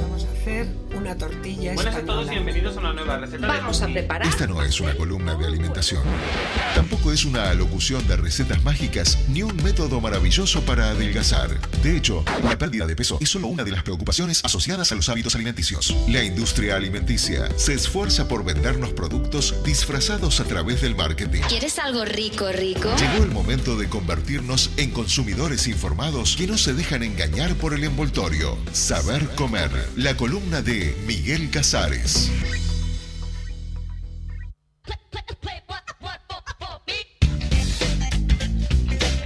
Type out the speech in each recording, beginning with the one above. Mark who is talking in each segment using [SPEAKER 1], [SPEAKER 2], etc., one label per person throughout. [SPEAKER 1] Vamos a hacer una tortilla
[SPEAKER 2] Buenas a todos y
[SPEAKER 1] española.
[SPEAKER 2] bienvenidos a una nueva receta de
[SPEAKER 3] Vamos a
[SPEAKER 2] cookie.
[SPEAKER 3] preparar.
[SPEAKER 4] Esta no es una columna de alimentación. Tampoco es una alocución de recetas mágicas ni un método maravilloso para adelgazar. De hecho, la pérdida de peso es solo una de las preocupaciones asociadas a los hábitos alimenticios. La industria alimenticia se esfuerza por vendernos productos disfrazados a través del marketing.
[SPEAKER 5] ¿Quieres algo rico, rico?
[SPEAKER 4] Llegó el momento de convertirnos en consumidores informados que no se dejan engañar por el envoltorio. Saber comer. La columna de Miguel Casares.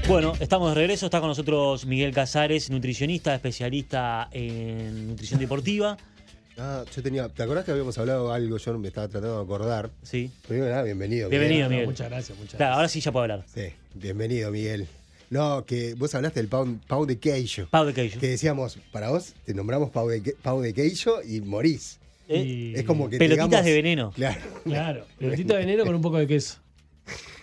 [SPEAKER 6] Bueno, estamos de regreso. Está con nosotros Miguel Casares, nutricionista, especialista en nutrición deportiva.
[SPEAKER 7] Ah, yo tenía. ¿Te acordás que habíamos hablado algo? Yo me estaba tratando de acordar.
[SPEAKER 6] Sí.
[SPEAKER 7] Primero que nada, bienvenido. Miguel.
[SPEAKER 6] Bienvenido, Miguel.
[SPEAKER 8] Muchas gracias, muchas
[SPEAKER 6] Claro,
[SPEAKER 8] gracias.
[SPEAKER 6] ahora sí ya puedo hablar.
[SPEAKER 7] Sí, bienvenido, Miguel. No, que vos hablaste del pound, pound de queijo.
[SPEAKER 6] Pau de Queijo.
[SPEAKER 7] Que decíamos, para vos, te nombramos pound de, que- pound de queijo y morís.
[SPEAKER 6] ¿Eh?
[SPEAKER 7] Es como que.
[SPEAKER 6] Pelotitas
[SPEAKER 7] digamos-
[SPEAKER 6] de veneno.
[SPEAKER 7] Claro.
[SPEAKER 8] Claro, pelotita de enero con un poco de queso.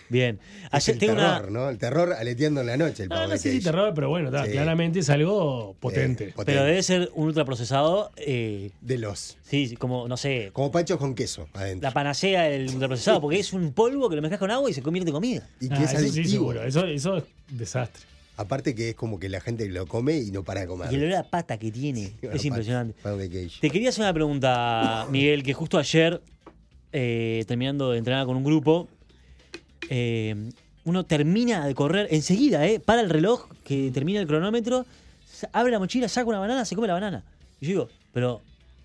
[SPEAKER 6] Bien.
[SPEAKER 7] Es
[SPEAKER 6] Ayer
[SPEAKER 7] el
[SPEAKER 6] tengo
[SPEAKER 7] terror,
[SPEAKER 6] una.
[SPEAKER 7] ¿no? El terror aleteando en la noche, el
[SPEAKER 8] No,
[SPEAKER 7] pound
[SPEAKER 8] no
[SPEAKER 7] de
[SPEAKER 8] sé si
[SPEAKER 7] queijo.
[SPEAKER 8] terror, pero bueno, está,
[SPEAKER 7] Sí.
[SPEAKER 8] claramente es algo potente.
[SPEAKER 7] Eh, potente.
[SPEAKER 6] Pero debe ser un ultraprocesado. eh,
[SPEAKER 7] De los.
[SPEAKER 6] sí, como, no sé.
[SPEAKER 7] Como panchos con queso adentro.
[SPEAKER 6] La panacea del ultraprocesado, porque es un polvo que lo mezclas con agua y se convierte en comida.
[SPEAKER 7] Y que
[SPEAKER 8] Ah,
[SPEAKER 7] es
[SPEAKER 8] eso sí,
[SPEAKER 7] adictivo.
[SPEAKER 8] seguro. Eso, eso es desastre.
[SPEAKER 7] Aparte que es como que la gente lo come y no para de comer.
[SPEAKER 6] Y el olor a pata que tiene
[SPEAKER 7] Bueno,
[SPEAKER 6] es
[SPEAKER 7] pan-
[SPEAKER 6] impresionante.
[SPEAKER 7] Pound de queijo.
[SPEAKER 6] Te quería hacer una pregunta, Miguel, que justo ayer, eh, terminando de entrenar con un grupo, eh, uno termina de correr enseguida, ¿eh? Para el reloj, que termina el cronómetro, sa- abre la mochila, saca una banana, se come la banana. Y yo digo, pero,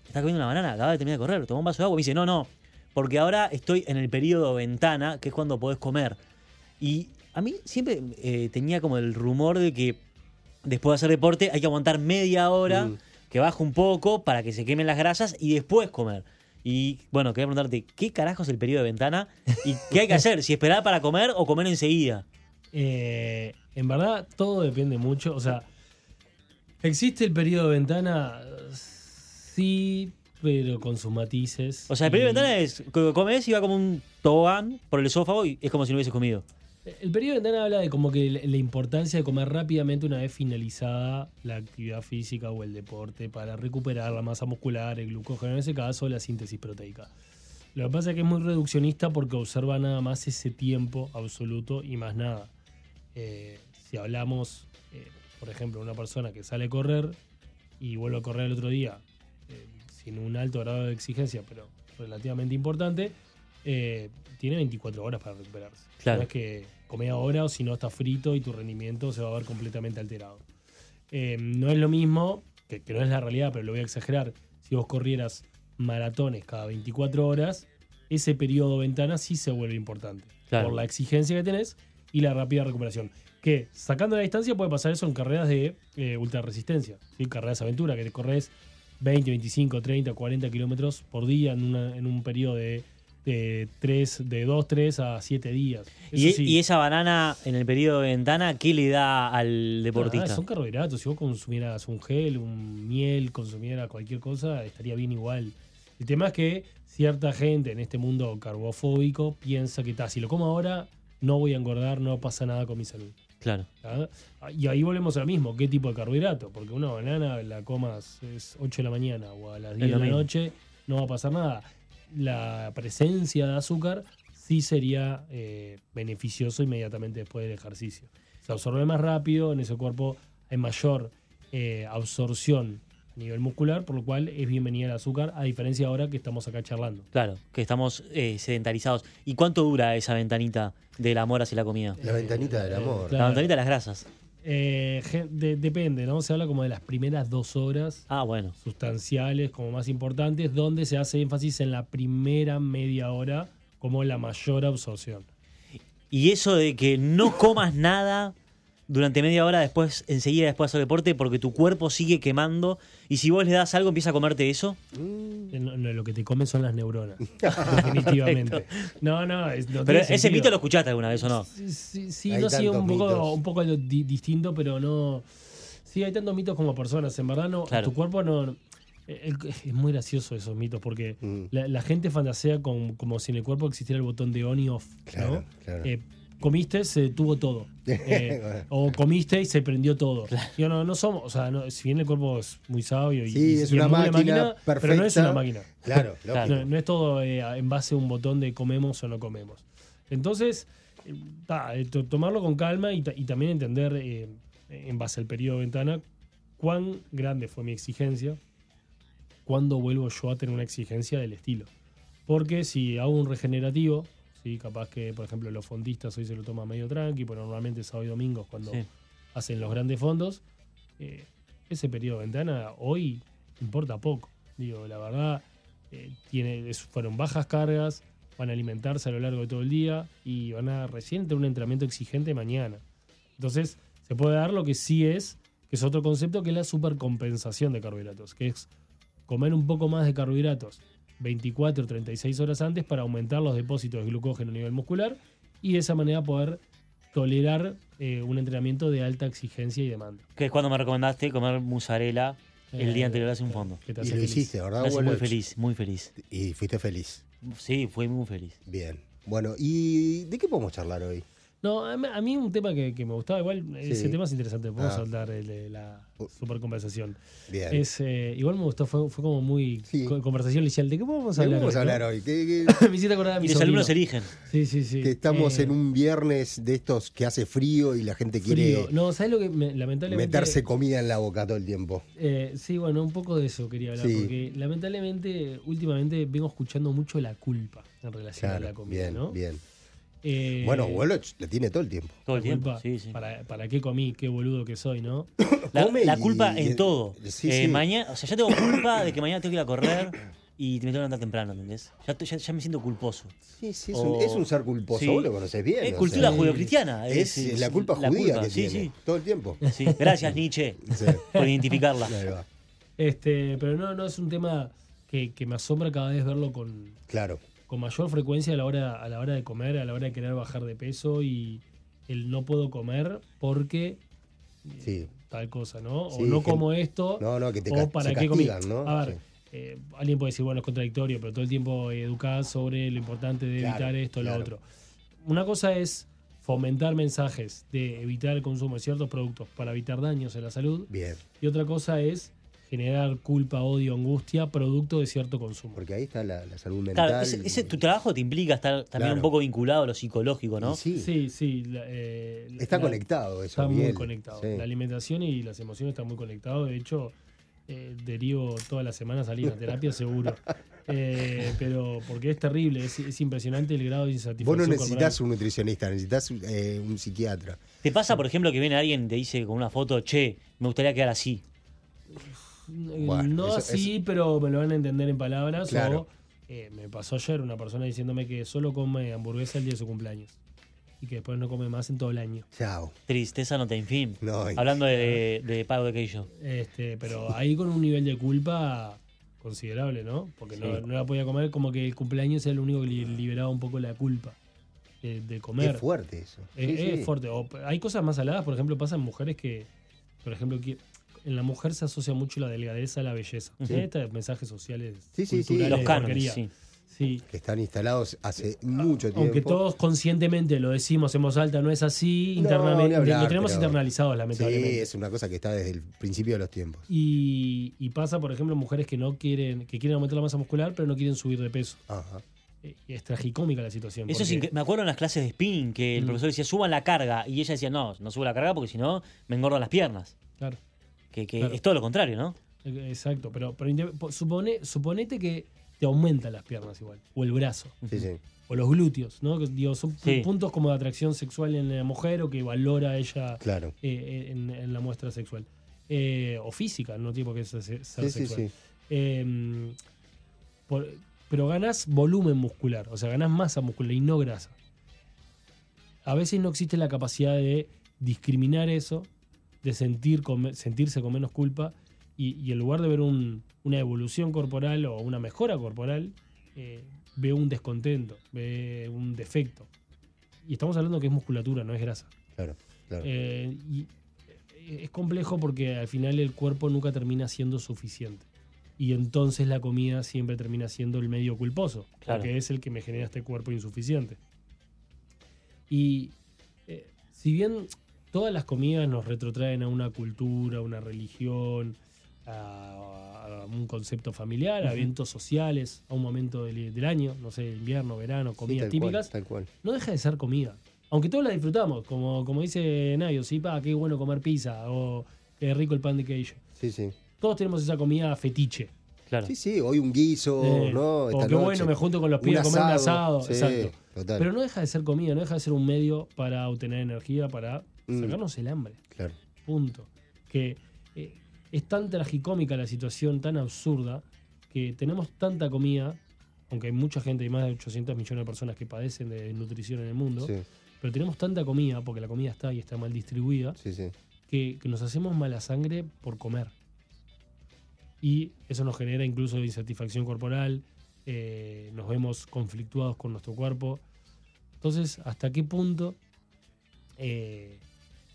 [SPEAKER 6] ¿estás comiendo una banana? Acabas de terminar de correr, toma un vaso de agua. Y me dice, no, no, porque ahora estoy en el periodo ventana, que es cuando podés comer. Y a mí siempre eh, tenía como el rumor de que después de hacer deporte hay que aguantar media hora, que baje un poco para que se quemen las grasas y después comer. Y bueno, quería preguntarte, ¿qué carajo es el periodo de ventana? ¿Y qué hay que hacer? ¿Si esperar para comer o comer enseguida?
[SPEAKER 8] Eh, en verdad, todo depende mucho. O sea, ¿existe el periodo de ventana? Sí, pero con sus matices.
[SPEAKER 6] O sea, el periodo de
[SPEAKER 8] Y-
[SPEAKER 6] ventana es, co- comes y va como un tobogán por el esófago y es como si no hubieses comido.
[SPEAKER 8] El periodo de ventana habla de como que la la importancia de comer rápidamente una vez finalizada la actividad física o el deporte para recuperar la masa muscular, el glucógeno en ese caso, la síntesis proteica. Lo que pasa es que es muy reduccionista porque observa nada más ese tiempo absoluto y más nada. Eh, si hablamos, eh, por ejemplo, de una persona que sale a correr y vuelve a correr el otro día eh, sin un alto grado de exigencia, pero relativamente importante, eh, tiene 24 horas para recuperarse.
[SPEAKER 6] Claro.
[SPEAKER 8] No es que come ahora o si no está frito y tu rendimiento se va a ver completamente alterado. Eh, no es lo mismo, que, que no es la realidad, pero lo voy a exagerar, si vos corrieras maratones cada 24 horas, ese periodo ventana sí se vuelve importante.
[SPEAKER 6] Claro.
[SPEAKER 8] Por la exigencia que tenés y la rápida recuperación. Que sacando la distancia puede pasar eso en carreras de eh, ultra resistencia, ¿sí? carreras aventura, que te corres 20, 25, 30, 40 kilómetros por día en, una- en un periodo de, de, 3, de 2, 3 a 7 días.
[SPEAKER 6] Y,
[SPEAKER 8] Eso sí.
[SPEAKER 6] y esa banana en el periodo de ventana, ¿qué le da al
[SPEAKER 8] Ah,
[SPEAKER 6] deportista?
[SPEAKER 8] son carbohidratos. Si vos consumieras un gel, un miel, consumieras cualquier cosa, estaría bien igual. El tema es que cierta gente en este mundo carbofóbico piensa que "Ta, si lo como ahora, no voy a engordar, no pasa nada con mi salud.
[SPEAKER 6] Claro.
[SPEAKER 8] ¿tá? Ah, Y ahí volvemos a lo mismo, ¿qué tipo de carbohidrato? Porque una banana la comas es 8 de la mañana o a las 10 de
[SPEAKER 6] lo
[SPEAKER 8] la
[SPEAKER 6] mismo.
[SPEAKER 8] noche, no va a pasar nada. La presencia de azúcar sí sería eh, beneficioso inmediatamente después del ejercicio. Se absorbe más rápido, en ese cuerpo hay mayor eh, absorción a nivel muscular, por lo cual es bienvenida el azúcar, a diferencia ahora que estamos acá charlando.
[SPEAKER 6] Claro, que estamos eh, sedentarizados. ¿Y cuánto dura esa ventanita del amor hacia la comida?
[SPEAKER 7] La ventanita del
[SPEAKER 6] La
[SPEAKER 7] amor.
[SPEAKER 8] Eh, Claro.
[SPEAKER 6] ventanita de las grasas.
[SPEAKER 8] Eh, gen- de- depende, ¿no? Se habla como de las primeras dos horas
[SPEAKER 6] Ah, bueno.
[SPEAKER 8] sustanciales como más importantes, donde se hace énfasis en la primera media hora como la mayor absorción.
[SPEAKER 6] Y eso de que no comas nada durante media hora después, enseguida después de hacer deporte, porque tu cuerpo sigue quemando. Y si vos le das algo, empieza a comerte eso.
[SPEAKER 8] No, no, lo que te comen son las neuronas, definitivamente. No, no, es-
[SPEAKER 6] Pero
[SPEAKER 8] no tiene
[SPEAKER 6] ese
[SPEAKER 8] sentido.
[SPEAKER 6] mito lo escuchaste alguna vez o no.
[SPEAKER 8] Sí, sí, sí,
[SPEAKER 7] Hay
[SPEAKER 8] no sí,
[SPEAKER 7] tantos
[SPEAKER 8] un poco,
[SPEAKER 7] mitos.
[SPEAKER 8] un poco lo di- distinto, pero no. Sí, hay tantos mitos como personas. En verdad, no,
[SPEAKER 6] Claro.
[SPEAKER 8] tu cuerpo no. no- el- es muy gracioso esos mitos, porque
[SPEAKER 7] Mm.
[SPEAKER 8] la, la gente fantasea con, como si en el cuerpo existiera el botón de on y off. ¿no?
[SPEAKER 7] Claro, claro.
[SPEAKER 8] Eh, comiste, se tuvo todo. Eh, o comiste y se prendió todo. Yo no, no somos, o sea, no, si bien el cuerpo es muy sabio y,
[SPEAKER 7] Sí,
[SPEAKER 8] y-
[SPEAKER 7] es
[SPEAKER 8] y
[SPEAKER 7] una
[SPEAKER 8] muy de
[SPEAKER 7] máquina perfecta.
[SPEAKER 8] pero no es una máquina.
[SPEAKER 7] Claro, lógico.
[SPEAKER 8] No, no es todo eh, en base a un botón de comemos o no comemos. Entonces, eh, ta, eh, to- tomarlo con calma y, ta- y también entender, eh, en base al periodo de ventana, cuán grande fue mi exigencia, cuándo vuelvo yo a tener una exigencia del estilo. Porque si hago un regenerativo, ¿sí? capaz que, por ejemplo, los fondistas hoy se lo toman medio tranqui, pero normalmente sábado y domingo es cuando
[SPEAKER 6] Sí.
[SPEAKER 8] hacen los grandes fondos, eh, ese periodo de ventana hoy importa poco. Digo, la verdad, eh, tiene, es- fueron bajas cargas, van a alimentarse a lo largo de todo el día y van a recién tener un entrenamiento exigente mañana. Entonces, se puede dar lo que sí es, que es otro concepto, que es la supercompensación de carbohidratos, que es comer un poco más de carbohidratos 24 o 36 horas antes para aumentar los depósitos de glucógeno a nivel muscular y de esa manera poder tolerar eh, un entrenamiento de alta exigencia y demanda.
[SPEAKER 6] Que es cuando me recomendaste comer mozzarella el
[SPEAKER 8] Eh,
[SPEAKER 6] día anterior hace un fondo.
[SPEAKER 8] Que
[SPEAKER 7] Y
[SPEAKER 8] te hace
[SPEAKER 7] lo
[SPEAKER 8] feliz.
[SPEAKER 7] hiciste, ¿verdad?
[SPEAKER 6] Me hace
[SPEAKER 7] Bueno,
[SPEAKER 6] muy feliz, muy feliz.
[SPEAKER 7] Y fuiste feliz.
[SPEAKER 6] Sí, fui muy feliz.
[SPEAKER 7] Bien. Bueno, ¿y de qué podemos charlar hoy?
[SPEAKER 8] No, a mí, a mí un tema que, que me gustaba, igual ese
[SPEAKER 7] Sí.
[SPEAKER 8] tema es interesante, podemos
[SPEAKER 7] Ah.
[SPEAKER 8] saltar el de la supercompensación.
[SPEAKER 7] Bien.
[SPEAKER 8] Es, eh, igual me gustó, fue, fue como muy
[SPEAKER 7] Sí.
[SPEAKER 8] co- conversación inicial. ¿De qué podemos
[SPEAKER 7] ¿De qué
[SPEAKER 8] hablar?
[SPEAKER 7] vamos a
[SPEAKER 8] hoy,
[SPEAKER 7] hablar
[SPEAKER 8] no?
[SPEAKER 7] hoy? Que, que-
[SPEAKER 8] me hiciste acordar a
[SPEAKER 6] Y
[SPEAKER 8] mi
[SPEAKER 6] los alumnos
[SPEAKER 8] sobrino.
[SPEAKER 6] eligen.
[SPEAKER 8] Sí, sí, sí.
[SPEAKER 7] que estamos
[SPEAKER 8] Eh,
[SPEAKER 7] en un viernes de estos que hace frío y la gente
[SPEAKER 8] frío.
[SPEAKER 7] quiere
[SPEAKER 8] No, ¿sabes lo que me- lamentablemente...
[SPEAKER 7] meterse comida en la boca todo el tiempo.
[SPEAKER 8] Eh, sí, bueno, un poco de eso quería hablar,
[SPEAKER 7] Sí.
[SPEAKER 8] porque lamentablemente últimamente vengo escuchando mucho la culpa en relación
[SPEAKER 7] Claro,
[SPEAKER 8] a la comida,
[SPEAKER 7] bien,
[SPEAKER 8] ¿no?
[SPEAKER 7] bien.
[SPEAKER 8] Eh,
[SPEAKER 7] bueno, Woloch la tiene todo el tiempo.
[SPEAKER 6] Todo el
[SPEAKER 8] la
[SPEAKER 6] tiempo.
[SPEAKER 8] culpa,
[SPEAKER 6] Sí, sí.
[SPEAKER 8] ¿para, ¿Para qué comí? Qué boludo que soy, ¿no?
[SPEAKER 6] La,
[SPEAKER 7] Come
[SPEAKER 6] la
[SPEAKER 7] y-
[SPEAKER 6] culpa
[SPEAKER 7] y-
[SPEAKER 6] en todo.
[SPEAKER 7] sí,
[SPEAKER 6] Eh,
[SPEAKER 7] sí.
[SPEAKER 6] Mañana, o sea, ya tengo culpa de que mañana tengo que ir a correr y me tengo que levantar temprano, ¿entendés? Ya, te- ya- ya me siento culposo.
[SPEAKER 7] Sí, sí, es,
[SPEAKER 6] O-
[SPEAKER 7] un, es un ser culposo.
[SPEAKER 6] Oh, Sí.
[SPEAKER 7] Vos lo conocés bien.
[SPEAKER 6] Es
[SPEAKER 7] o
[SPEAKER 6] cultura
[SPEAKER 7] sea,
[SPEAKER 6] judeocristiana.
[SPEAKER 7] Es, es la culpa
[SPEAKER 6] la
[SPEAKER 7] judía
[SPEAKER 6] culpa,
[SPEAKER 7] que
[SPEAKER 6] sí,
[SPEAKER 7] tiene. Todo el tiempo.
[SPEAKER 6] Sí, sí. Gracias, Nietzsche,
[SPEAKER 7] Sí.
[SPEAKER 6] por identificarla.
[SPEAKER 7] Ahí va.
[SPEAKER 8] Este, pero no, no es un tema que, que me asombra cada vez verlo con,
[SPEAKER 7] Claro.
[SPEAKER 8] con mayor frecuencia a la hora, a la hora de comer, a la hora de querer bajar de peso y el no puedo comer porque eh,
[SPEAKER 7] Sí.
[SPEAKER 8] tal cosa, ¿no?
[SPEAKER 7] Sí,
[SPEAKER 8] o no
[SPEAKER 7] gente-
[SPEAKER 8] como esto.
[SPEAKER 7] No, no, que te
[SPEAKER 8] o
[SPEAKER 7] ca-
[SPEAKER 8] para
[SPEAKER 7] se
[SPEAKER 8] qué comí.
[SPEAKER 7] castigan, ¿no?
[SPEAKER 8] A ver,
[SPEAKER 7] Sí.
[SPEAKER 8] eh, alguien puede decir, bueno, es contradictorio, pero todo el tiempo eh, educás sobre lo importante de
[SPEAKER 7] Claro,
[SPEAKER 8] evitar esto,
[SPEAKER 7] claro.
[SPEAKER 8] lo otro. Una cosa es fomentar mensajes de evitar el consumo de ciertos productos para evitar daños en la salud.
[SPEAKER 7] Bien.
[SPEAKER 8] Y otra cosa es generar culpa, odio, angustia, producto de cierto consumo.
[SPEAKER 7] Porque ahí está la, la salud mental.
[SPEAKER 6] Claro, ese, ese- tu trabajo te implica estar también
[SPEAKER 7] Claro.
[SPEAKER 6] un poco vinculado a lo psicológico, ¿no?
[SPEAKER 7] Y Sí.
[SPEAKER 8] Sí, sí. la- eh,
[SPEAKER 7] Está
[SPEAKER 8] la-
[SPEAKER 7] conectado eso.
[SPEAKER 8] Está muy
[SPEAKER 7] Miguel.
[SPEAKER 8] conectado.
[SPEAKER 7] Sí.
[SPEAKER 8] La alimentación y las emociones están muy conectados. De hecho, eh, derivo todas las semanas a salir a terapia, seguro. Eh, pero porque es terrible, es, es impresionante el grado de
[SPEAKER 7] Vos
[SPEAKER 8] insatisfacción.
[SPEAKER 7] no necesitas
[SPEAKER 8] corporal.
[SPEAKER 7] un nutricionista, necesitas eh, un psiquiatra.
[SPEAKER 6] ¿Te pasa, por ejemplo, que viene alguien y te dice con una foto, che, me gustaría quedar así?
[SPEAKER 8] Eh,
[SPEAKER 7] Bueno,
[SPEAKER 8] no
[SPEAKER 7] eso-
[SPEAKER 8] así, pero me lo van a entender en palabras.
[SPEAKER 7] Claro.
[SPEAKER 8] O, eh, me pasó ayer una persona diciéndome que solo come hamburguesa el día de su cumpleaños y que después no come más en todo el año.
[SPEAKER 7] Chao.
[SPEAKER 6] Tristeza no te en fin.
[SPEAKER 7] No, hay-
[SPEAKER 6] Hablando de, de pago de aquello.
[SPEAKER 8] Este, pero ahí con un nivel de culpa considerable, ¿no? Porque no,
[SPEAKER 6] Sí.
[SPEAKER 8] no la podía comer, como que el cumpleaños era el único que li- liberaba un poco la culpa de, de comer.
[SPEAKER 7] Es fuerte eso.
[SPEAKER 8] Eh,
[SPEAKER 7] Sí,
[SPEAKER 8] eh,
[SPEAKER 7] sí.
[SPEAKER 8] es fuerte. O p- hay cosas más saladas, por ejemplo, pasan mujeres que, por ejemplo, que en la mujer se asocia mucho la delgadez a la belleza.
[SPEAKER 6] Ujú.
[SPEAKER 8] Tiene estos mensajes sociales.
[SPEAKER 7] Sí, sí, sí.
[SPEAKER 8] culturales
[SPEAKER 6] Los
[SPEAKER 8] de
[SPEAKER 6] cánones,
[SPEAKER 8] porquería.
[SPEAKER 6] sí.
[SPEAKER 8] Sí.
[SPEAKER 7] Que están instalados hace mucho tiempo.
[SPEAKER 8] Eh, Aunque todos conscientemente lo decimos en voz alta, no es así
[SPEAKER 7] No,
[SPEAKER 8] internamente.
[SPEAKER 7] ni hablar,
[SPEAKER 8] lo tenemos
[SPEAKER 7] pero-
[SPEAKER 8] internalizado, lamentablemente.
[SPEAKER 7] Sí, es una cosa que está desde el principio de los tiempos.
[SPEAKER 8] Y, y pasa, por ejemplo, mujeres que no quieren, que quieren aumentar la masa muscular, pero no quieren subir de peso.
[SPEAKER 7] Ajá.
[SPEAKER 8] Eh, Y es tragicómica la situación.
[SPEAKER 6] Eso es
[SPEAKER 8] porque-
[SPEAKER 6] incre- me acuerdo en las clases de spinning que el
[SPEAKER 8] Mm.
[SPEAKER 6] profesor decía, suban la carga. Y ella decía, no, no subo la carga porque si no, me engordan las piernas.
[SPEAKER 8] Claro,
[SPEAKER 6] Que, que
[SPEAKER 8] Claro.
[SPEAKER 6] es todo lo contrario, ¿no?
[SPEAKER 8] eh, exacto. Pero, pero inde- po- supone, suponete que te aumentan las piernas igual, o el brazo,
[SPEAKER 7] Sí, sí.
[SPEAKER 8] o los glúteos, ¿no? Que, digo, son pu-
[SPEAKER 6] Sí.
[SPEAKER 8] puntos como de atracción sexual en la mujer o que valora ella
[SPEAKER 7] Claro.
[SPEAKER 8] eh, en, en la muestra sexual. Eh, o física, no tipo que es ser
[SPEAKER 7] Sí,
[SPEAKER 8] sexual.
[SPEAKER 7] sí, sí.
[SPEAKER 8] Eh, por- pero ganas volumen muscular, o sea, ganas masa muscular y no grasa. A veces no existe la capacidad de discriminar eso, de sentir con me- sentirse con menos culpa y, y en lugar de ver un- una evolución corporal o una mejora corporal, eh, ve un descontento, ve un defecto. Y estamos hablando que es musculatura, no es grasa.
[SPEAKER 7] Claro, claro.
[SPEAKER 8] Eh, y eh, es complejo porque al final el cuerpo nunca termina siendo suficiente. Y entonces la comida siempre termina siendo el medio culposo,
[SPEAKER 6] Claro.
[SPEAKER 8] porque es el que me genera este cuerpo insuficiente. Y, eh, si bien todas las comidas nos retrotraen a una cultura, a una religión, a, a un concepto familiar, a
[SPEAKER 6] Ujú.
[SPEAKER 8] eventos sociales, a un momento del, del año, no sé, invierno, verano, comidas
[SPEAKER 7] tal
[SPEAKER 8] típicas,
[SPEAKER 7] Cual, tal cual.
[SPEAKER 8] no deja de ser comida. Aunque todos la disfrutamos, como, como dice Nayo, sí, pa, qué bueno comer pizza, o qué rico el pan de queijo.
[SPEAKER 7] Sí, sí.
[SPEAKER 8] Todos tenemos esa comida fetiche.
[SPEAKER 6] Claro.
[SPEAKER 8] Ah.
[SPEAKER 7] Sí, sí, hoy un guiso,
[SPEAKER 8] Eh,
[SPEAKER 7] Oh, ¿no?
[SPEAKER 8] o
[SPEAKER 7] Esta
[SPEAKER 8] qué bueno,
[SPEAKER 7] noche.
[SPEAKER 8] me junto con los pibes a comer un asado.
[SPEAKER 7] Sí,
[SPEAKER 8] Exacto.
[SPEAKER 7] Total.
[SPEAKER 8] Pero no deja de ser comida, no deja de ser un medio para obtener energía, para
[SPEAKER 7] Mm.
[SPEAKER 8] sacarnos el hambre.
[SPEAKER 7] Claro.
[SPEAKER 8] Punto. Que eh, es tan tragicómica la situación, tan absurda, que tenemos tanta comida, aunque hay mucha gente, hay más de 800 millones de personas que padecen de nutrición en el mundo,
[SPEAKER 7] Sí,
[SPEAKER 8] pero tenemos tanta comida, porque la comida está y está mal distribuida,
[SPEAKER 7] sí, sí.
[SPEAKER 8] que, que nos hacemos mala sangre por comer. Y eso nos genera incluso insatisfacción corporal, eh, nos vemos conflictuados con nuestro cuerpo. Entonces, ¿hasta qué punto eh,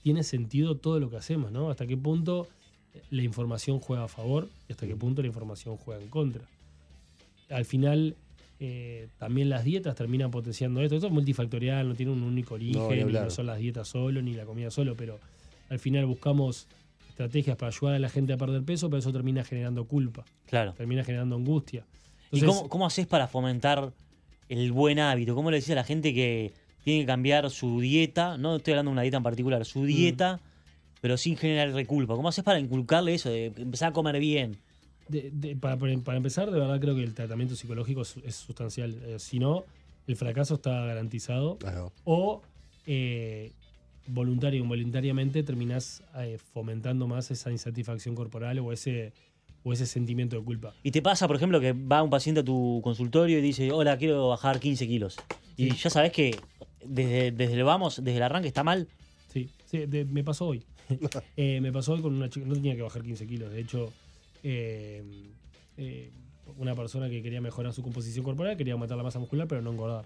[SPEAKER 8] tiene sentido todo lo que hacemos? ¿no? ¿Hasta qué punto la información juega a favor y hasta qué punto la información juega en contra? Al final, eh, también las dietas terminan potenciando esto. Esto es multifactorial, no tiene un único origen, ni
[SPEAKER 7] hablar.
[SPEAKER 8] no son las dietas solo, ni la comida solo, pero al final buscamos estrategias para ayudar a la gente a perder peso, pero eso termina generando culpa,
[SPEAKER 6] Claro.
[SPEAKER 8] termina generando angustia.
[SPEAKER 6] ¿Y
[SPEAKER 8] Entonces,
[SPEAKER 6] cómo, cómo haces para fomentar el buen hábito? ¿Cómo le decís a la gente que tiene que cambiar su dieta? No estoy hablando de una dieta en particular,
[SPEAKER 8] Mm.
[SPEAKER 6] su dieta, pero sin generar culpa. ¿Cómo haces para inculcarle eso de empezar a comer bien?
[SPEAKER 8] de- de- para, para empezar, de verdad creo que el tratamiento psicológico es, es sustancial. Eh, si no, el fracaso está garantizado.
[SPEAKER 7] Claro.
[SPEAKER 8] O eh, voluntario o involuntariamente terminás eh, fomentando más esa insatisfacción corporal o ese, o ese sentimiento de culpa.
[SPEAKER 6] ¿Y te pasa, por ejemplo, que va un paciente a tu consultorio y dice, hola, quiero bajar 15 kilos? Y
[SPEAKER 8] Sí.
[SPEAKER 6] ya sabes que desde, desde el vamos, desde el arranque está mal.
[SPEAKER 8] Sí, sí, de- me pasó hoy. Eh, me pasó hoy con una chica, no tenía que bajar 15 kilos, de hecho, eh, eh, una persona que quería mejorar su composición corporal, quería matar la masa muscular, pero no engordar.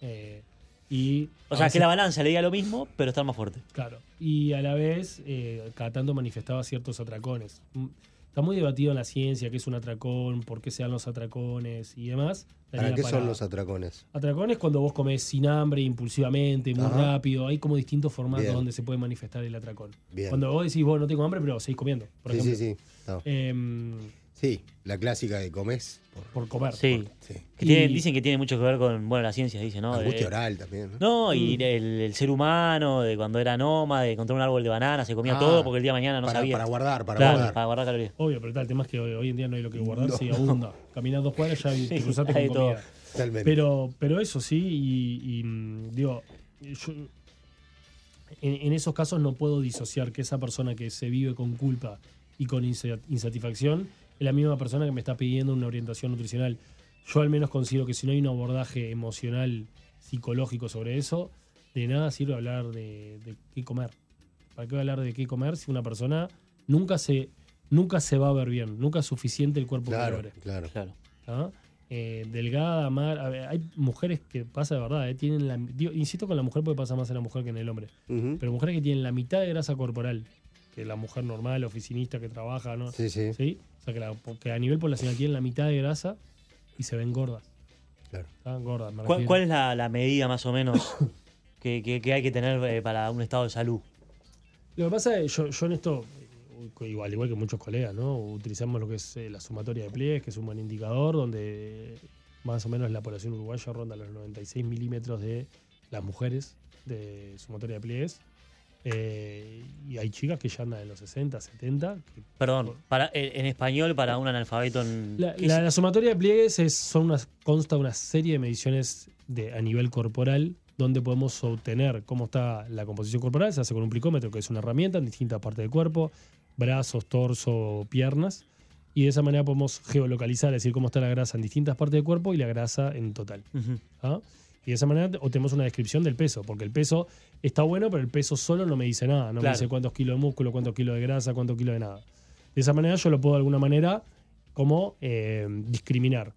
[SPEAKER 8] Eh, y
[SPEAKER 6] O
[SPEAKER 8] a
[SPEAKER 6] sea,
[SPEAKER 8] veces-
[SPEAKER 6] que la balanza le diga lo mismo, pero estar más fuerte.
[SPEAKER 8] Claro, y a la vez, eh, cada tanto manifestaba ciertos atracones. Mm, Está muy debatido en la ciencia qué es un atracón, por qué se dan los atracones y demás.
[SPEAKER 7] ¿Para
[SPEAKER 8] Daría
[SPEAKER 7] qué son
[SPEAKER 8] para-
[SPEAKER 7] los atracones?
[SPEAKER 8] Atracón es cuando vos comes sin hambre, impulsivamente, muy
[SPEAKER 7] Ajá.
[SPEAKER 8] rápido. Hay como distintos formatos
[SPEAKER 7] Bien.
[SPEAKER 8] donde se puede manifestar el atracón.
[SPEAKER 7] Bien.
[SPEAKER 8] Cuando vos decís, vos no tengo hambre, pero seguís comiendo, por
[SPEAKER 7] sí,
[SPEAKER 8] ejemplo.
[SPEAKER 7] sí, sí. No.
[SPEAKER 8] Em,
[SPEAKER 7] Sí, la clásica de comes.
[SPEAKER 8] por comer.
[SPEAKER 6] Sí.
[SPEAKER 7] Sí.
[SPEAKER 6] Que tiene-
[SPEAKER 8] Y-
[SPEAKER 6] dicen que tiene mucho que ver con, bueno, la ciencia, dice, ¿no?
[SPEAKER 7] Angustia
[SPEAKER 6] De-
[SPEAKER 7] oral también. ¿no?
[SPEAKER 6] No, y el, el ser humano, de cuando era nómada, de encontrar un árbol de banana, se comía
[SPEAKER 7] Ah,
[SPEAKER 6] todo porque el día de mañana no
[SPEAKER 7] para,
[SPEAKER 6] sabía.
[SPEAKER 7] para guardar, para
[SPEAKER 6] Claro,
[SPEAKER 7] guardar.
[SPEAKER 6] para guardar calorías.
[SPEAKER 8] Obvio, pero tal, el tema es que hoy, hoy en día no hay lo que guardar,
[SPEAKER 7] No.
[SPEAKER 8] si abunda. Caminás dos cuadras ya te cruzaste
[SPEAKER 6] hay de
[SPEAKER 8] con
[SPEAKER 6] todo.
[SPEAKER 8] comida.
[SPEAKER 7] Totalmente.
[SPEAKER 8] Pero, pero eso sí, y, y, mm, digo, yo- en, en esos casos no puedo disociar que esa persona que se vive con culpa y con insa- insatisfacción es la misma persona que me está pidiendo una orientación nutricional. Yo al menos considero que si no hay un abordaje emocional, psicológico sobre eso, de nada sirve hablar de, de qué comer. ¿Para qué voy a hablar de qué comer si una persona nunca se, nunca se va a ver bien, nunca es suficiente el cuerpo que
[SPEAKER 7] claro,
[SPEAKER 8] logre?
[SPEAKER 7] claro.
[SPEAKER 6] Claro.
[SPEAKER 8] ¿tá? Eh, delgada, mar, a ver, hay mujeres que pasa de verdad, eh, tienen la, digo, insisto con la mujer porque pasa más en la mujer que en el hombre,
[SPEAKER 7] Ujú.
[SPEAKER 8] pero mujeres que tienen la mitad de grasa corporal que la mujer normal, oficinista que trabaja, ¿no?
[SPEAKER 7] Sí, sí,
[SPEAKER 8] ¿Sí? O sea, que, la- que a nivel poblacional tienen la mitad de grasa y se ven gordas,
[SPEAKER 7] claro.
[SPEAKER 8] ¿tá? gordas. me
[SPEAKER 6] ¿Cuál,
[SPEAKER 8] refiero.
[SPEAKER 6] cuál es la, la medida más o menos que, que- que hay que tener eh, para un estado de salud?
[SPEAKER 8] Lo que pasa es yo, yo en esto, eh, igual, igual que muchos colegas, ¿no? Utilizamos lo que es eh, la sumatoria de pliegues, que es un buen indicador, donde más o menos la población uruguaya ronda los 96 milímetros de las mujeres de sumatoria de pliegues. Eh, y hay chicas que ya andan en los 60, 70. que-
[SPEAKER 6] Perdón, para, eh, en, en español para un analfabeto en...
[SPEAKER 8] La,
[SPEAKER 6] ¿qué
[SPEAKER 8] la-
[SPEAKER 6] es?
[SPEAKER 8] la sumatoria de pliegues es, son unas, consta una serie de mediciones de, a nivel corporal donde podemos obtener cómo está la composición corporal. Se hace con un plicómetro, que es una herramienta en distintas partes del cuerpo, brazos, torso, piernas. Y de esa manera podemos geolocalizar, es decir, cómo está la grasa en distintas partes del cuerpo y la grasa en total.
[SPEAKER 6] Ujú.
[SPEAKER 8] ¿ah? Y de esa manera te- obtenemos una descripción del peso, porque el peso está bueno, pero el peso solo no me dice nada. No me
[SPEAKER 6] Claro.
[SPEAKER 8] dice cuántos kilos de músculo, cuántos kilos de grasa, cuántos kilos de nada. De esa manera yo lo puedo de alguna manera como eh, discriminar.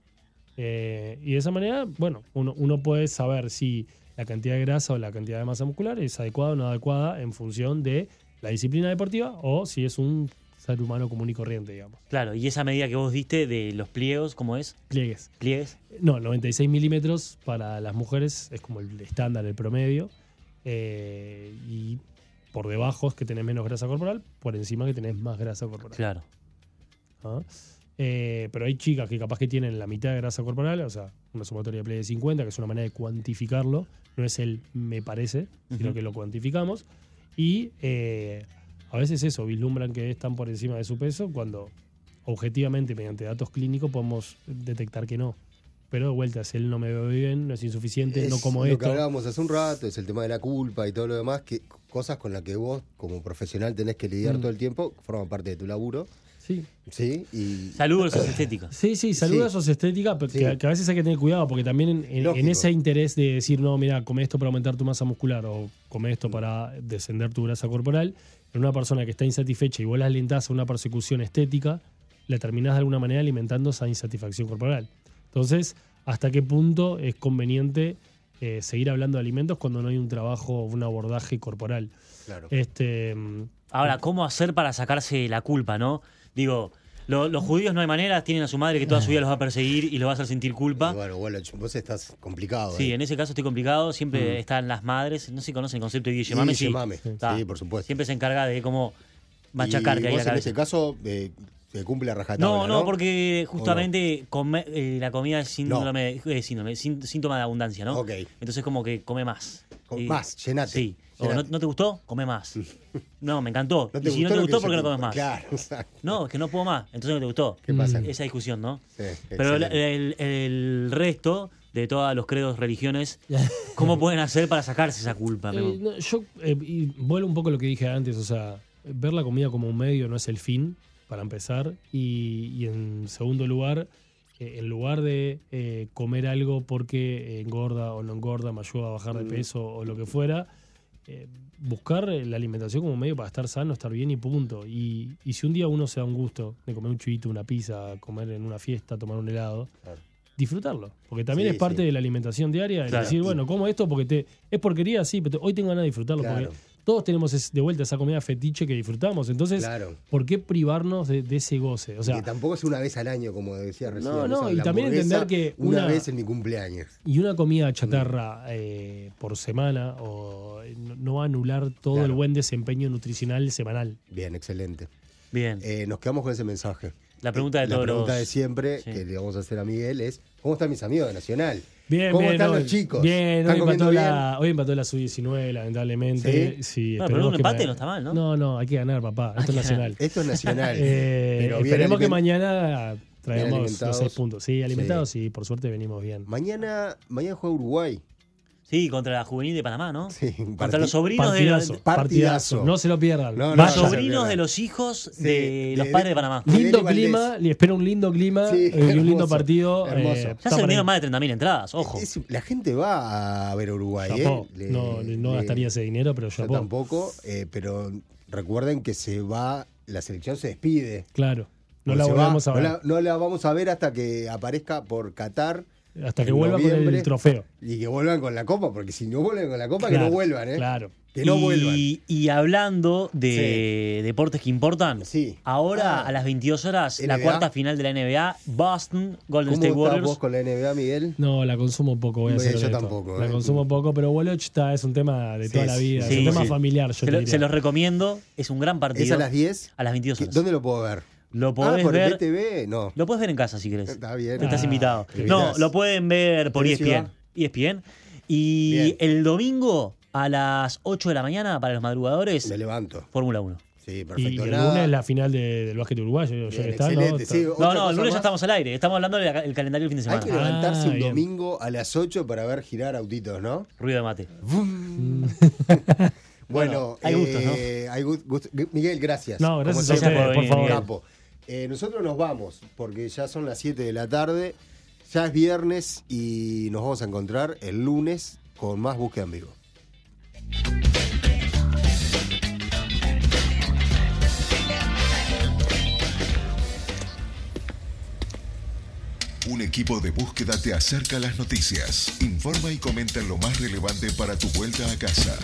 [SPEAKER 8] Eh, y de esa manera, bueno, uno, uno puede saber si la cantidad de grasa o la cantidad de masa muscular es adecuada o no adecuada en función de la disciplina deportiva o si es un ser humano común y corriente, digamos.
[SPEAKER 6] Claro, y esa medida que vos diste de los pliegos, ¿cómo es?
[SPEAKER 8] Pliegues.
[SPEAKER 6] ¿Pliegues?
[SPEAKER 8] No, 96 milímetros para las mujeres es como el estándar, el promedio. eh, y por debajo es que tenés menos grasa corporal, por encima que tenés más grasa corporal.
[SPEAKER 6] Claro.
[SPEAKER 8] ¿ah? Eh, pero hay chicas que capaz que tienen la mitad de grasa corporal, o sea, una sumatoria de play de 50, que es una manera de cuantificarlo, no es el me parece, sino
[SPEAKER 6] Ujú.
[SPEAKER 8] que lo cuantificamos. Y eh, a veces eso, vislumbran que están por encima de su peso cuando objetivamente, mediante datos clínicos, podemos detectar que no. Pero de vuelta, si él no me veo bien, no es insuficiente, no
[SPEAKER 7] Es
[SPEAKER 8] como
[SPEAKER 7] lo
[SPEAKER 8] esto.
[SPEAKER 7] que hablábamos hace un rato, es el tema de la culpa y todo lo demás, que cosas con las que vos como profesional tenés que lidiar
[SPEAKER 8] Mm.
[SPEAKER 7] todo el tiempo, forman parte de tu laburo,
[SPEAKER 8] Sí.
[SPEAKER 7] ¿sí? Y
[SPEAKER 6] Salud versus estética.
[SPEAKER 8] Sí, sí, salud
[SPEAKER 7] Sí.
[SPEAKER 8] versus estética, pero
[SPEAKER 7] Sí.
[SPEAKER 8] que, que a veces hay que tener cuidado, porque también en, en- en
[SPEAKER 7] Lógico.
[SPEAKER 8] ese interés de decir, no, mira, come esto para aumentar tu masa muscular o come esto para descender tu grasa corporal, en una persona que está insatisfecha y vos la alentás a una persecución estética, la terminás de alguna manera alimentando esa insatisfacción corporal. Entonces, ¿hasta qué punto es conveniente eh, seguir hablando de alimentos cuando no hay un trabajo, un abordaje corporal?
[SPEAKER 7] claro.
[SPEAKER 8] Este, mm,
[SPEAKER 6] Ahora, ¿cómo hacer para sacarse la culpa, no? Digo, lo- los judíos no hay manera, tienen a su madre que toda su vida los va a perseguir y los va a hacer sentir
[SPEAKER 7] Y
[SPEAKER 6] culpa.
[SPEAKER 7] bueno, bueno, vos estás complicado.
[SPEAKER 6] Sí,
[SPEAKER 7] ¿eh?
[SPEAKER 6] en ese caso estoy complicado, siempre
[SPEAKER 7] Mm.
[SPEAKER 6] están las madres, no sé si conocen el concepto de Guillemame, sí.
[SPEAKER 7] Guillemame,
[SPEAKER 6] Está.
[SPEAKER 7] sí, por supuesto.
[SPEAKER 6] Siempre se encarga de cómo machacar
[SPEAKER 7] Y
[SPEAKER 6] que hay
[SPEAKER 7] vos
[SPEAKER 6] la
[SPEAKER 7] en
[SPEAKER 6] cabeza.
[SPEAKER 7] este caso eh, se cumple a rajatabla,
[SPEAKER 6] No,
[SPEAKER 7] ¿no?
[SPEAKER 6] no, porque justamente come- eh, la comida es
[SPEAKER 7] No.
[SPEAKER 6] síndrome, eh, síndrome, sin- síntoma de abundancia, ¿no?
[SPEAKER 7] Ok.
[SPEAKER 6] Entonces como que come más.
[SPEAKER 7] Come
[SPEAKER 6] Y-
[SPEAKER 7] más, llenate,
[SPEAKER 6] Sí. O, ¿no,
[SPEAKER 7] llenate.
[SPEAKER 6] no te gustó? Come más. No, me encantó.
[SPEAKER 7] ¿No
[SPEAKER 6] y si no te
[SPEAKER 7] lo que
[SPEAKER 6] gustó,
[SPEAKER 7] yo
[SPEAKER 6] ¿por qué no
[SPEAKER 7] te-
[SPEAKER 6] comes más?
[SPEAKER 7] Claro, exacto.
[SPEAKER 6] No, es que no puedo más, entonces no te gustó.
[SPEAKER 8] Mm.
[SPEAKER 7] ¿Qué pasa?
[SPEAKER 6] Esa discusión, ¿no?
[SPEAKER 7] Sí,
[SPEAKER 6] Pero la-
[SPEAKER 7] excelente.
[SPEAKER 6] el, el resto de todos los credos, religiones, ¿cómo pueden hacer para sacarse esa culpa?
[SPEAKER 8] Eh,
[SPEAKER 6] Memo?
[SPEAKER 8] no, yo eh, y vuelvo un poco a lo que dije antes, o sea, ver la comida como un medio no es el fin, para empezar, y, y en segundo lugar, eh, en lugar de eh, comer algo porque eh, engorda o no engorda, me ayuda a bajar de
[SPEAKER 7] Mm.
[SPEAKER 8] peso o lo que fuera, eh, buscar eh, la alimentación como medio para estar sano, estar bien y punto. Y, y si un día uno se da un gusto de comer un chivito, una pizza, comer en una fiesta, tomar un helado,
[SPEAKER 7] Claro.
[SPEAKER 8] disfrutarlo. Porque también
[SPEAKER 7] Sí,
[SPEAKER 8] es parte
[SPEAKER 7] sí.
[SPEAKER 8] de la alimentación diaria, el
[SPEAKER 6] Claro.
[SPEAKER 8] decir, bueno, como esto porque te es porquería, sí, pero te- hoy tengo ganas de disfrutarlo.
[SPEAKER 7] Claro.
[SPEAKER 8] Porque todos tenemos es- de vuelta esa comida fetiche que disfrutamos. Entonces,
[SPEAKER 7] Claro.
[SPEAKER 8] ¿por qué privarnos de, de ese goce? O sea,
[SPEAKER 7] que tampoco es una vez al año, como decía recién.
[SPEAKER 8] No,
[SPEAKER 7] o
[SPEAKER 8] no,
[SPEAKER 7] sea,
[SPEAKER 8] y
[SPEAKER 7] la
[SPEAKER 8] también
[SPEAKER 7] hamburguesa
[SPEAKER 8] entender que
[SPEAKER 7] Una
[SPEAKER 8] una-
[SPEAKER 7] vez en mi cumpleaños.
[SPEAKER 8] Y una comida chatarra
[SPEAKER 7] Mm.
[SPEAKER 8] eh, por semana o eh, no, no va a anular todo
[SPEAKER 7] Claro.
[SPEAKER 8] el buen desempeño nutricional semanal.
[SPEAKER 7] Bien, excelente.
[SPEAKER 6] Bien.
[SPEAKER 7] Eh, nos quedamos con ese mensaje.
[SPEAKER 6] La pregunta de
[SPEAKER 7] La
[SPEAKER 6] todos
[SPEAKER 7] pregunta
[SPEAKER 6] los-
[SPEAKER 7] de siempre
[SPEAKER 6] Sí.
[SPEAKER 7] que le vamos a hacer a Miguel es: ¿Cómo están mis amigos de Nacional?
[SPEAKER 8] Bien,
[SPEAKER 7] ¿Cómo
[SPEAKER 8] bien,
[SPEAKER 7] están
[SPEAKER 8] hoy-
[SPEAKER 7] los chicos?
[SPEAKER 8] Bien,
[SPEAKER 7] ¿Están
[SPEAKER 8] hoy empató,
[SPEAKER 7] comiendo bien?
[SPEAKER 8] la, hoy empató la sub-19, lamentablemente.
[SPEAKER 7] ¿Sí?
[SPEAKER 8] ¿Sí?
[SPEAKER 6] Bueno, pero
[SPEAKER 8] esperemos
[SPEAKER 6] un
[SPEAKER 8] que
[SPEAKER 6] empate
[SPEAKER 8] ma-
[SPEAKER 6] no está mal, ¿no?
[SPEAKER 8] No, no, hay que ganar, papá. Esto es nacional.
[SPEAKER 7] Esto es Nacional.
[SPEAKER 8] Eh,
[SPEAKER 7] pero bien
[SPEAKER 8] esperemos que
[SPEAKER 7] aliment-
[SPEAKER 8] mañana traigamos los
[SPEAKER 7] alimentados.
[SPEAKER 8] seis puntos. Sí, alimentados y por suerte venimos bien.
[SPEAKER 7] Mañana, mañana juega Uruguay.
[SPEAKER 6] Sí, contra la juvenil de Panamá, ¿no?
[SPEAKER 7] Sí,
[SPEAKER 6] contra
[SPEAKER 7] parti-
[SPEAKER 6] los sobrinos de los,
[SPEAKER 8] Partidazo,
[SPEAKER 7] Partidazo.
[SPEAKER 8] partidazo. No se lo pierdan.
[SPEAKER 7] No, no,
[SPEAKER 6] los
[SPEAKER 8] Vayan.
[SPEAKER 7] no, no.
[SPEAKER 6] sobrinos de los hijos
[SPEAKER 7] Sí,
[SPEAKER 6] de los
[SPEAKER 7] de-
[SPEAKER 6] padres de Panamá.
[SPEAKER 7] de-
[SPEAKER 8] Lindo
[SPEAKER 7] Valdés.
[SPEAKER 8] clima, le espero un lindo clima
[SPEAKER 7] Sí,
[SPEAKER 8] eh, y un lindo
[SPEAKER 7] hermoso,
[SPEAKER 8] partido. eh,
[SPEAKER 7] hermoso. Ya
[SPEAKER 6] Ya se
[SPEAKER 8] está para-
[SPEAKER 6] vendieron más de 30.000 entradas, ojo.
[SPEAKER 7] Es- la gente va a ver a Uruguay.
[SPEAKER 8] Chapó.
[SPEAKER 7] ¿eh? Le-
[SPEAKER 8] no, no
[SPEAKER 7] le-
[SPEAKER 8] gastaría ese dinero, pero
[SPEAKER 7] Yo
[SPEAKER 8] chapó.
[SPEAKER 7] tampoco, eh, pero recuerden que se va, la selección se despide.
[SPEAKER 8] Claro. No
[SPEAKER 7] Porque
[SPEAKER 8] la
[SPEAKER 7] se va,
[SPEAKER 8] volvemos a
[SPEAKER 7] no
[SPEAKER 8] ver.
[SPEAKER 7] la- no la vamos a ver hasta que aparezca por Qatar.
[SPEAKER 8] Hasta que
[SPEAKER 7] en
[SPEAKER 8] vuelva con el
[SPEAKER 7] noviembre.
[SPEAKER 8] trofeo.
[SPEAKER 7] Y que vuelvan con la copa, porque si no vuelven con la copa, que
[SPEAKER 8] Claro,
[SPEAKER 7] no vuelvan, ¿eh?
[SPEAKER 8] claro.
[SPEAKER 7] Que no
[SPEAKER 6] y,
[SPEAKER 7] vuelvan.
[SPEAKER 6] y hablando de deportes que importan,
[SPEAKER 7] Sí.
[SPEAKER 6] ahora
[SPEAKER 7] Ah.
[SPEAKER 6] a las 22 horas, la
[SPEAKER 7] NBA.
[SPEAKER 6] cuarta final de la NBA, Boston, Golden
[SPEAKER 7] ¿Cómo
[SPEAKER 6] State
[SPEAKER 7] estás
[SPEAKER 6] Warriors.
[SPEAKER 7] vos con la NBA, Miguel?
[SPEAKER 8] No, la consumo poco, voy a
[SPEAKER 7] Eh,
[SPEAKER 8] ser
[SPEAKER 7] yo
[SPEAKER 8] honesto.
[SPEAKER 7] tampoco,
[SPEAKER 8] La
[SPEAKER 7] eh.
[SPEAKER 8] consumo poco, pero Woloch está, es un tema de
[SPEAKER 7] Sí,
[SPEAKER 8] toda la
[SPEAKER 7] sí,
[SPEAKER 8] vida,
[SPEAKER 6] sí,
[SPEAKER 8] es un tema
[SPEAKER 6] sí.
[SPEAKER 8] familiar. Yo
[SPEAKER 6] se,
[SPEAKER 8] te
[SPEAKER 6] lo-
[SPEAKER 8] diría.
[SPEAKER 6] se los recomiendo, es un gran partido.
[SPEAKER 7] ¿Es a las 10?
[SPEAKER 6] A las 22
[SPEAKER 7] ¿Qué-
[SPEAKER 6] horas.
[SPEAKER 7] ¿Dónde lo puedo ver?
[SPEAKER 6] Lo
[SPEAKER 7] Ah,
[SPEAKER 6] podés
[SPEAKER 7] por
[SPEAKER 6] ver.
[SPEAKER 7] el BTV, no.
[SPEAKER 6] Lo puedes ver en casa si querés.
[SPEAKER 7] Está bien.
[SPEAKER 6] Estás
[SPEAKER 8] Ah,
[SPEAKER 6] invitado.
[SPEAKER 7] te
[SPEAKER 6] No,
[SPEAKER 7] invitás.
[SPEAKER 6] lo pueden ver por E
[SPEAKER 7] ¿Qué
[SPEAKER 6] ESPN.
[SPEAKER 7] ciudad?
[SPEAKER 6] ESPN. Y
[SPEAKER 7] Bien.
[SPEAKER 6] el domingo a las 8 de la mañana para los madrugadores,
[SPEAKER 7] Me levanto.
[SPEAKER 6] Fórmula 1.
[SPEAKER 7] Sí,
[SPEAKER 8] Y
[SPEAKER 7] perfecto.
[SPEAKER 8] el
[SPEAKER 7] Nada.
[SPEAKER 8] lunes es la final de- del básquet uruguayo, ya
[SPEAKER 7] Bien,
[SPEAKER 8] que está, ¿no?
[SPEAKER 7] excelente,
[SPEAKER 8] Está-
[SPEAKER 7] sí,
[SPEAKER 6] No,
[SPEAKER 7] otra
[SPEAKER 6] no, el
[SPEAKER 7] cosa
[SPEAKER 6] lunes ya
[SPEAKER 7] más.
[SPEAKER 6] estamos al aire. Estamos hablando del el calendario del fin de
[SPEAKER 7] Hay
[SPEAKER 6] semana.
[SPEAKER 7] que
[SPEAKER 8] Ah,
[SPEAKER 7] levantarse un
[SPEAKER 8] bien.
[SPEAKER 7] domingo a las 8 para ver girar autitos, ¿no?
[SPEAKER 6] Ruido de mate.
[SPEAKER 7] Bueno,
[SPEAKER 6] hay gustos, ¿no?
[SPEAKER 7] eh, hay gust- gust- Miguel, gracias.
[SPEAKER 8] No, gracias
[SPEAKER 7] Como
[SPEAKER 8] a
[SPEAKER 7] siempre,
[SPEAKER 6] ustedes, por
[SPEAKER 7] un
[SPEAKER 6] favor.
[SPEAKER 7] capo. Eh, nosotros nos vamos, porque ya son las 7 de la tarde, ya es viernes y nos vamos a encontrar el lunes con más búsqueda en vivo.
[SPEAKER 4] Un equipo de búsqueda te acerca las noticias, informa y comenta lo más relevante para tu vuelta a casa.